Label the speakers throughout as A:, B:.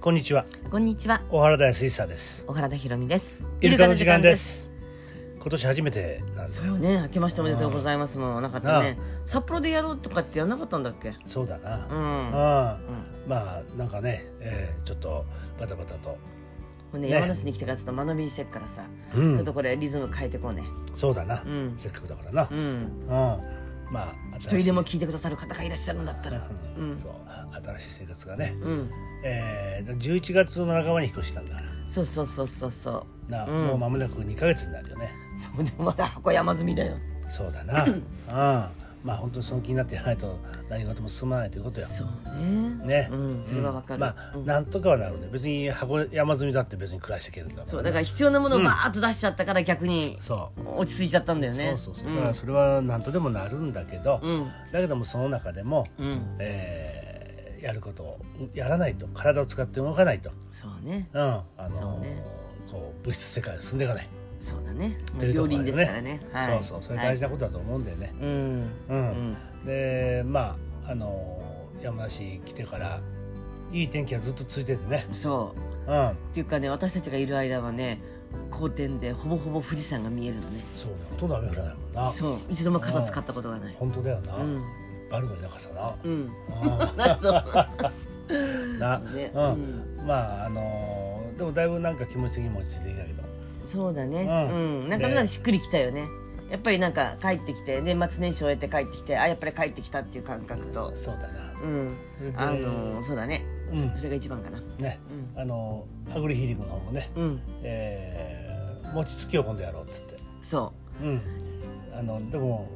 A: こんにちは
B: こんにちは、
A: 小原大水産です
B: 小原田ひろみです。
A: イルカの時間です今年初めてなんだ
B: そうね、明けましておめでとうございますもんなかったね。札幌でやろうとかってやんなかったんだっけ？
A: そうだな、
B: う
A: うん
B: ん。うん
A: まあなんかね、えーちょっとバタバタと、
B: もうね
A: ね
B: 山梨に来てからちょっと学びにせっからさ、
A: う
B: ちょっと
A: ん、
B: これリズム変えてこうね。
A: そうだな、
B: うん
A: せっかくだからな
B: う、ん。
A: うんまあ
B: 一人でも
A: 新し
B: 聞いてくださる方がいらっしゃるんだったら、
A: う
B: うんん
A: そう新しい生活がね、
B: うん。
A: えー、11月の半ばに引っ越したんだから
B: そうそうそうそうそう。
A: な、
B: うん
A: もう間もなく2か月になるよね
B: でもまだ箱山積みだよ。
A: そうだ な、うん、まあ本当にその気になってやらないと何事も進まないということや
B: そう
A: ね、
B: ね。うん。それはわか
A: う
B: る。
A: んまあ、
B: うん
A: なんとかはなるね別に箱山積みだって別に暮らしていけるんだから
B: そうだから必要なものをバーッと出しちゃったから逆に
A: そう
B: 落ち着いちゃったんだよ
A: そ
B: ね。
A: うそうそう、だからそれは何とでもなるんだけど、
B: うん。
A: だけどもその中でも、
B: うん。うん。
A: えーやることをやらないと体を使って動かないと、
B: そうね。
A: うんあの
B: そうね
A: こう物質世界が進んでいかない、
B: そうだね。も
A: と
B: う
A: いうと
B: 両
A: ころだ
B: 輪で
A: よね
B: すからね。はい、
A: そうそうそれ大事
B: だ。
A: なことだと思うんだよね、
B: うん。
A: うん
B: うん。
A: でまああの山梨来てからいい天気がずっと続いててね
B: そう。
A: うん
B: っていうかね、私たちがいる間はね、好天でほぼほぼ富士山が見えるのね。
A: そうだほとんど雨降らないもんな
B: そう。一度も傘使ったことがない。
A: 本当だよな、
B: うん。
A: バルの田舎さな
B: うん。
A: あ
B: なんそう。
A: ーな
B: そうね。
A: う
B: うんん。
A: まああのーでもだいぶなんか気持ち的にも落ち着いてきたけど
B: そうだね。
A: う
B: うんん。なんか
A: ね
B: なんかしっくりきたよね。やっぱりなんか帰ってきて年末年始終えて帰ってきてあやっぱり帰ってきたっていう感覚と
A: そうだな
B: うん
A: で
B: あのそうだね、
A: うん
B: それが一番かな
A: ねあのアグリヒーリングの方もね、
B: うん、うん、
A: えー餅つきを今度やろうっつって
B: そ
A: うんあのでも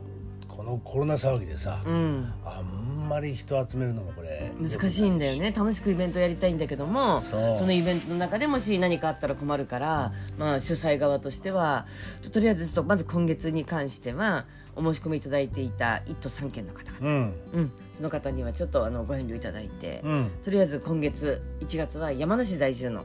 A: このコロナ騒ぎでさ、
B: ううん
A: あんまり人集めるのもこれ
B: 難しいんだよね楽しくイベントやりたいんだけども
A: そう
B: のイベントの中でもし何かあったら困るから、まあ、主催側としてはとりあえずちょっとまず今月に関してはお申し込みいただいていた1都3県の方々、
A: うん
B: うん、その方にはちょっとあのご遠慮いただいて、
A: うん
B: とりあえず今月1月は山梨在住の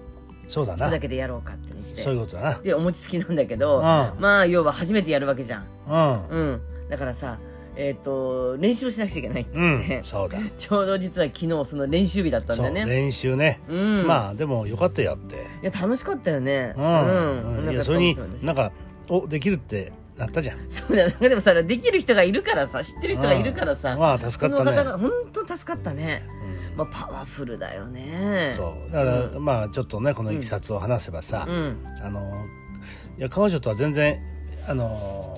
A: そうだな
B: 人だけでやろうかって言って
A: そういうことだ
B: でお餅つきなんだけど、
A: うん
B: まあ要は初めてやるわけじゃん、
A: なうん
B: うん、だからさえっ、と練習をしなくちゃいけないっつって、
A: うんそうだ
B: ちょうど実は昨日その練習日だったんだ
A: そう
B: よね。
A: 練習ね、
B: うん、
A: まあでもよかったよって
B: いや楽しかったよね。
A: うん、いやそれになんか
B: か
A: おできるってなったじゃん
B: そうだよでもさできる人がいるからさ知ってる人がいるからさ、
A: うんまあ助か
B: そ
A: った
B: の方
A: ね
B: が本当助かったね。
A: うん
B: まあパワフルだよね。
A: そうだから、
B: う
A: まあちょっとねこのいきさつを話せばさ、
B: うん
A: あのいや彼女とは全然あの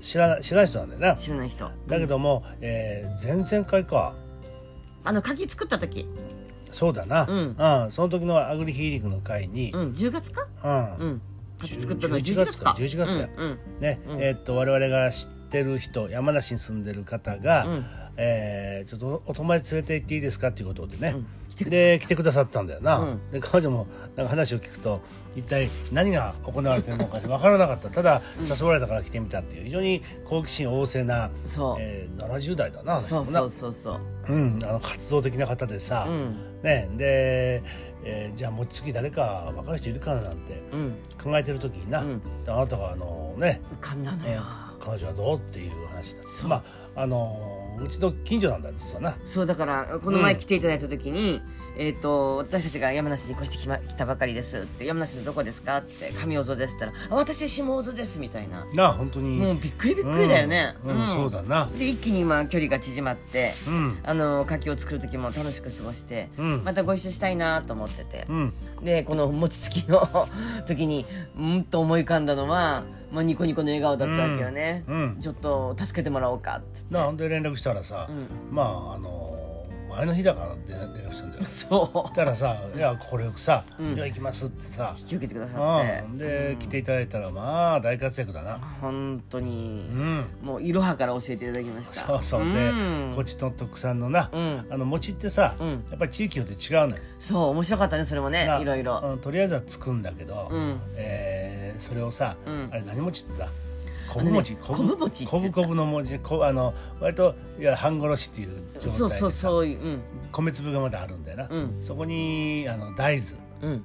A: 知らない知らない人なんだよな
B: 知らない人。
A: だけども、えー前々回か
B: あの柿作った時、
A: そうだな、
B: うん
A: その時のアグリヒーリングの会に、
B: うん10月か？
A: うん
B: うん柿作ったの11月か。
A: 11月だよ
B: うん
A: ね、
B: うん
A: えーっと我々が知ってる人山梨に住んでる方が、
B: うんうん
A: えーちょっとお友達連れて行っていいですかっていうことでね、
B: うん来てくださ
A: で来てくださったんだよな、
B: うん
A: で彼女もなんか話を聞くと一体何が行われてるのか分からなかったただ誘われたから来てみたっていう非常に好奇心旺盛な、
B: そう、
A: えー70代だなあの人
B: そ
A: も
B: う
A: な
B: そうそうそう。
A: うん、あの活動的な方でさ、
B: うん
A: ね、で、えーじゃあ餅つき誰か分かる人いるかななんて
B: うん
A: 考えてる時にな、
B: うん
A: であなたがあのね
B: 浮かんだの
A: え
B: よ。
A: ー彼女はどうっていう話だ
B: そう
A: まああのーうちの近所なんだ実はな
B: そうだからこの前来ていただいた時に、えっ、と私たちが山梨に越してき,、ま、来たばかりですって山梨のどこですかって上小津ですって言ったらあ私下小津ですみたいな
A: なあ本当に
B: もうびっくりびっくりだよね、
A: うんうんそうだな
B: で一気に今距離が縮まって
A: うん
B: あの柿を作る時も楽しく過ごして、
A: うん
B: またご一緒したいなと思ってて
A: う、ん
B: でこの餅つきの 時にうんと思い浮かんだのは、まあ、ニコニコの笑顔だったわけよね、
A: うんうん
B: ちょっと助けてもらおうかっつって
A: なあほんで連絡したらさ、
B: うん
A: まああのー前の日だからって連絡したんだよそ
B: そう
A: したらさ「いや快くさ、
B: うん
A: いや行きます」ってさ
B: 引き受けてくださって
A: うんで、来ていただいたらまあ大活躍だな
B: 本当に
A: う、ん
B: もういろはから教えていただきました
A: そうそうで、
B: ん
A: こっちの特産のな、
B: うん
A: あの餅ってさ、
B: うん
A: やっぱり地域によって違うのよ
B: そう面白かったねそれもね
A: ない
B: ろいろ
A: うんとりあえずはつくんだけど、
B: うん
A: えーそれをさ、
B: うん
A: あれ何餅ってさ昆布餅
B: あ
A: 昆
B: のね昆布餅って
A: 昆
B: 言っ
A: 布
B: た
A: 昆布の餅こあの割といや半殺しっていう状態でさ
B: そうそうそういう
A: 米粒がまだあるんだよな、
B: うん
A: そこにあの大豆
B: うんうん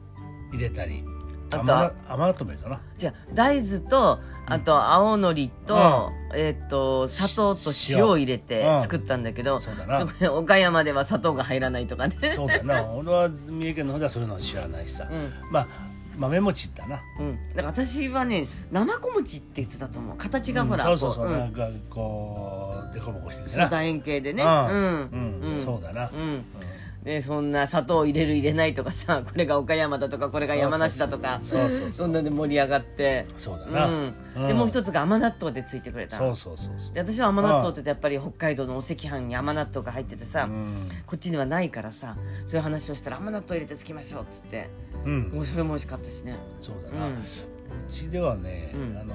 A: 入れたり
B: あとは
A: 甘甘とめだ な
B: じゃ大豆とあと青のりと、えっ、と砂糖と塩を入れて
A: うん
B: 作ったんだけど、
A: そうだな
B: こで 岡山では砂糖が入らないとかね
A: そうだよな俺は三重県の方ではそういうの知らないしさ、
B: うん
A: まあ豆餅だな
B: うん、だから私はね生小餅って言ってたと思う形がほら、
A: うんそうそうそう、
B: こ
A: なん
B: ん
A: かこうでこぼこしてる
B: そう
A: な
B: 楕円形でね
A: うん
B: うん
A: うんそうだな
B: うんでそんな砂糖を入れる入れないとかさ これが岡山だとかこれが山梨だとか
A: そうそうそうそうそう
B: そんなで盛り上がって
A: そうだな
B: うん
A: うん
B: でもう一つが甘納豆でついてくれた
A: そうそうそうそう
B: で私は甘納豆って言うとやっぱり北海道のお赤飯に甘納豆が入っててさ、
A: ん
B: こっちにはないからさそういう話をしたら甘納豆入れてつきましょうっつって
A: うん
B: もうそれも美味しかったしね
A: そうだな、
B: う
A: うんちではね、
B: うん
A: あの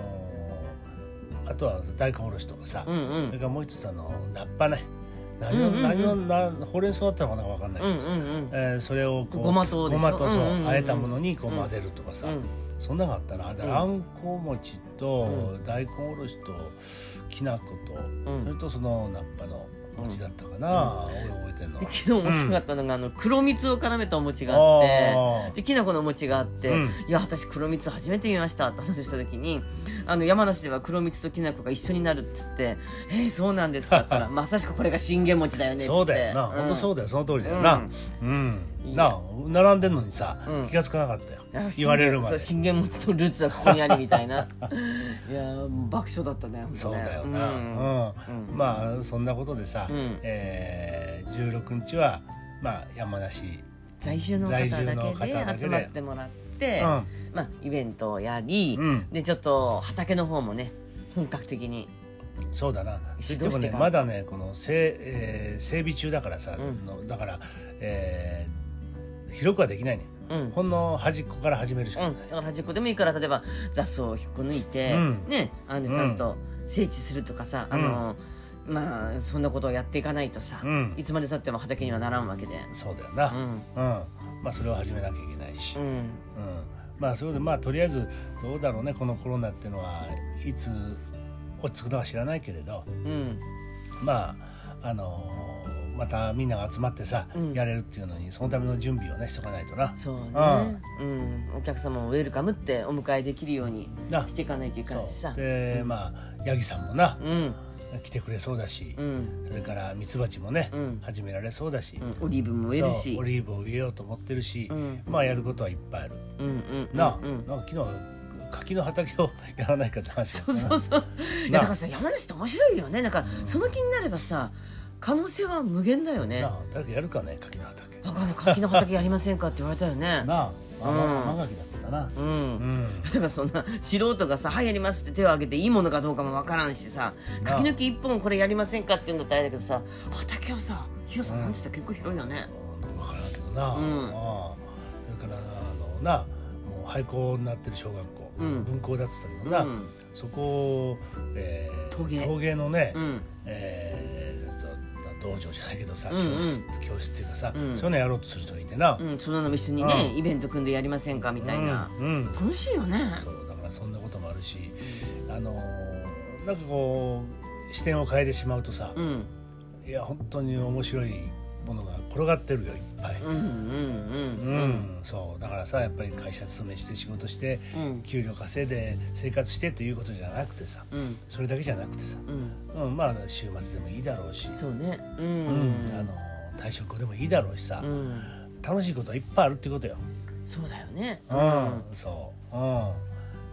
A: ーあとは大根おろしとかさ、
B: うんうん
A: それからもう一つあの菜っぱね何を、
B: うんうんうん
A: 何をなほうれん草だったのかなわかんない
B: う
A: け
B: んうん
A: どさ、
B: うん
A: えーそれをこう
B: ごまとでしょ
A: ごまとそう,、
B: うんうんうん
A: あえたものにこう混ぜるとかさ、
B: うん
A: そんなのがあったなだからあんこ餅と大根おろしときな粉と、
B: うん
A: それとその菜っぱの餅だったかな、俺覚えてるのは
B: で昨日面白かったのが、あの黒蜜を絡めたお餅があっ
A: あ
B: て
A: ー
B: できなこのお餅があって、
A: うん
B: いや私黒蜜初めて見ましたって話をした時にあの山梨では黒蜜ときなこが一緒になるって言って「えー、そうなんですか」って 言ったら「まさしくこれが信玄餅だよね」っつって
A: そうだよな、
B: うん
A: ほんとそうだよその通りだよ
B: う、
A: なんうん
B: いい
A: なあ並んでんのにさ、
B: うん
A: 気がつかなかったよ
B: いや
A: 言われるまで
B: そう信玄餅とルーツはここにありみたいないやー爆笑だったね本当ね
A: そうだよな、う
B: うん
A: ん
B: うん
A: まあそんなことでさ、
B: うん
A: えー、16日は、まあ、山梨、
B: 在住の方
A: 在住の方だ
B: だ
A: け
B: け
A: で
B: で集まってもらって、まあ、イベントをやり、
A: うん
B: でちょっと畑の方もね本格的に
A: そうだな
B: 指導
A: でも
B: して
A: ね
B: から
A: まだねこの整,、えー整備中だからさ、
B: うん
A: のだから、えー広くはできないね
B: うん
A: ほんの端っこから始めるしか
B: う
A: ない、
B: ん、だから端っこでもいいから例えば雑草を引っこ抜いて、
A: うん
B: ねあの
A: うん
B: ちゃんと整地するとかさ、あのまあそんなことをやっていかないとさ、
A: うん
B: いつまでたっても畑にはならんわけで
A: そうだよな、
B: う
A: うん
B: ん
A: まあ、それを始めなきゃいけないし、
B: うん
A: うん、まあそれでまあとりあえずどうだろうねこのコロナっていうのはいつ落ち着くのか知らないけれど
B: うん
A: まああのーまたみんなが集まってさ、
B: うん
A: やれるっていうのにそのための準備をねしとかないとな
B: そう
A: あ
B: ねうんお客様をウェルカムってお迎えできるように
A: な
B: していかないといかんし
A: そ
B: さ
A: うでまあヤギさんもな、
B: うん
A: 来てくれそうだし、
B: うん
A: それからミツバチもね、
B: うん
A: 始められそうだし、
B: うんオリーブも植えるし
A: そうオリーブを植えようと思ってるし、
B: うん
A: まあやることはいっぱいある
B: うんうん
A: なあ、
B: うんうん
A: なんか昨日柿の畑をやらないかって話だった
B: そう
A: な
B: そうそうい
A: な
B: やだからさ山梨って面白いよねなんかその気になればさ可能性は無限だよね
A: なあ誰かやるかね柿の畑
B: あの柿の畑やりませんかって言われたよね。
A: なあ
B: うん
A: 甘柿だってたな
B: う。
A: うんん
B: だからそんな素人がさ「はいやります」って手を挙げていいものかどうかもわからんしさ
A: なあ
B: 柿抜き一本これやりませんかって言うんだったらあれだけどさ畑はさ広さなんつったら結構広いよね。
A: 分からんけどな、
B: うん
A: ああそれからあのなもう廃校になってる小学校、
B: うん
A: 分校だってたけどな、
B: うん
A: そこを、えー
B: 陶芸
A: のね、
B: うん
A: えーそう道場じゃないけどさ、
B: うんうん
A: 教室教室っていうかさ、
B: うん
A: そういうのやろうとする人がいてな、
B: うん、そんなのも一緒にね
A: う
B: イベント組んでやりませんかみたいな、
A: うんうん
B: 楽しいよね
A: そうだからそんなこともあるし、あのーなんかこう視点を変えてしまうとさ、
B: うん
A: いや本当に面白いものが転がってるよいっぱい。
B: うんうん
A: う
B: うんん
A: そうだからさやっぱり会社勤めして仕事して、
B: うん
A: 給料稼いで生活してということじゃなくてさ
B: うん
A: それだけじゃなくてさ、
B: うん
A: うん、まあ週末でもいいだろうし、
B: そうねうん
A: うん、あの退職後でもいいだろうしさ、
B: うん
A: 楽しいことはいっぱいあるってことよ。
B: そうだよね
A: うん、そう、うん、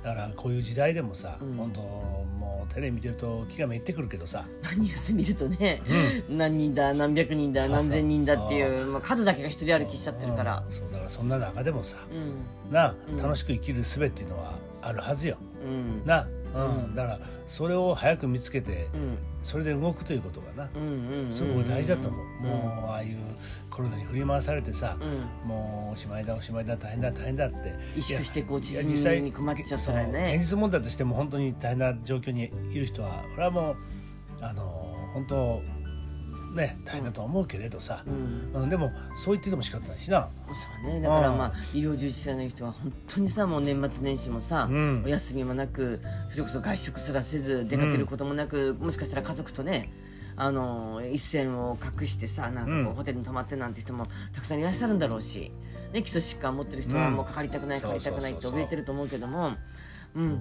A: だからこういう時代でもさ、
B: うん
A: 本当もうテレビ見てると気がめいってくるけどさ、
B: ニュース見るとね、何人だ何百人だ
A: そうそう
B: 何千人だっていうまあ、数だけが一人歩きしちゃってるから
A: うんそうだからそんな中でもさ、
B: うん
A: な
B: うん
A: 楽しく生きる術っていうのはあるはずよ。
B: うん
A: な、うんだからそれを早く見つけて、
B: うん
A: それで動くということがな、
B: うんうんうん
A: すごく大事だと思う。
B: ん
A: もうああいうコロナに振り回されてさ、
B: うん
A: もうおしまいだおしまいだ大変だ大変だって
B: 萎縮してこう
A: いや
B: 縮みに困っちゃったら
A: いや実際
B: ね
A: そう現実問題としても本当に大変な状況にいる人はこれはもうあの本当ね大変だとは思うけれどさ、
B: うん
A: うんでもそう言ってても仕方ないしな
B: そうねだから
A: うん
B: まあ医療従事者の人は本当にさもう年末年始もさ、
A: うん
B: お休みもなくそれこそ外食すらせず出かけることもなく、もしかしたら家族とねあの一線を隠してさなんかこう、
A: うん
B: ホテルに泊まってなんて人もたくさんいらっしゃるんだろうしね、基礎疾患持ってる人は
A: うん
B: もうかかりたくない、
A: そ
B: か
A: う
B: か
A: そうそ
B: りた
A: う
B: くないって怯えてると思うけどもうん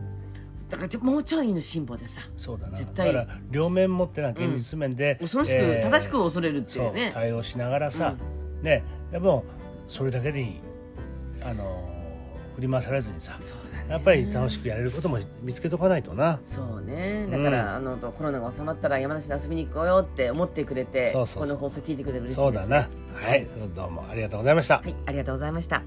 B: だからちょもうちょいの辛抱でさ
A: そうだな
B: 絶対
A: だから両面持ってな現実面で、
B: 恐ろしく、
A: えー
B: 正しく恐れるってい
A: そう
B: うね
A: 対応しながらさ、ねでもそれだけでいいあのー振り回されずにさ
B: そうだね
A: やっぱり楽しくやれることも見つけとかないとな。
B: そうねだから、あのコロナが収まったら山梨に遊びに行こうよって思ってくれて
A: そうそうそう
B: この放送聞いてくれて嬉しいです、
A: そうだな。はい、どうもありがとうございました。
B: はいありがとうございました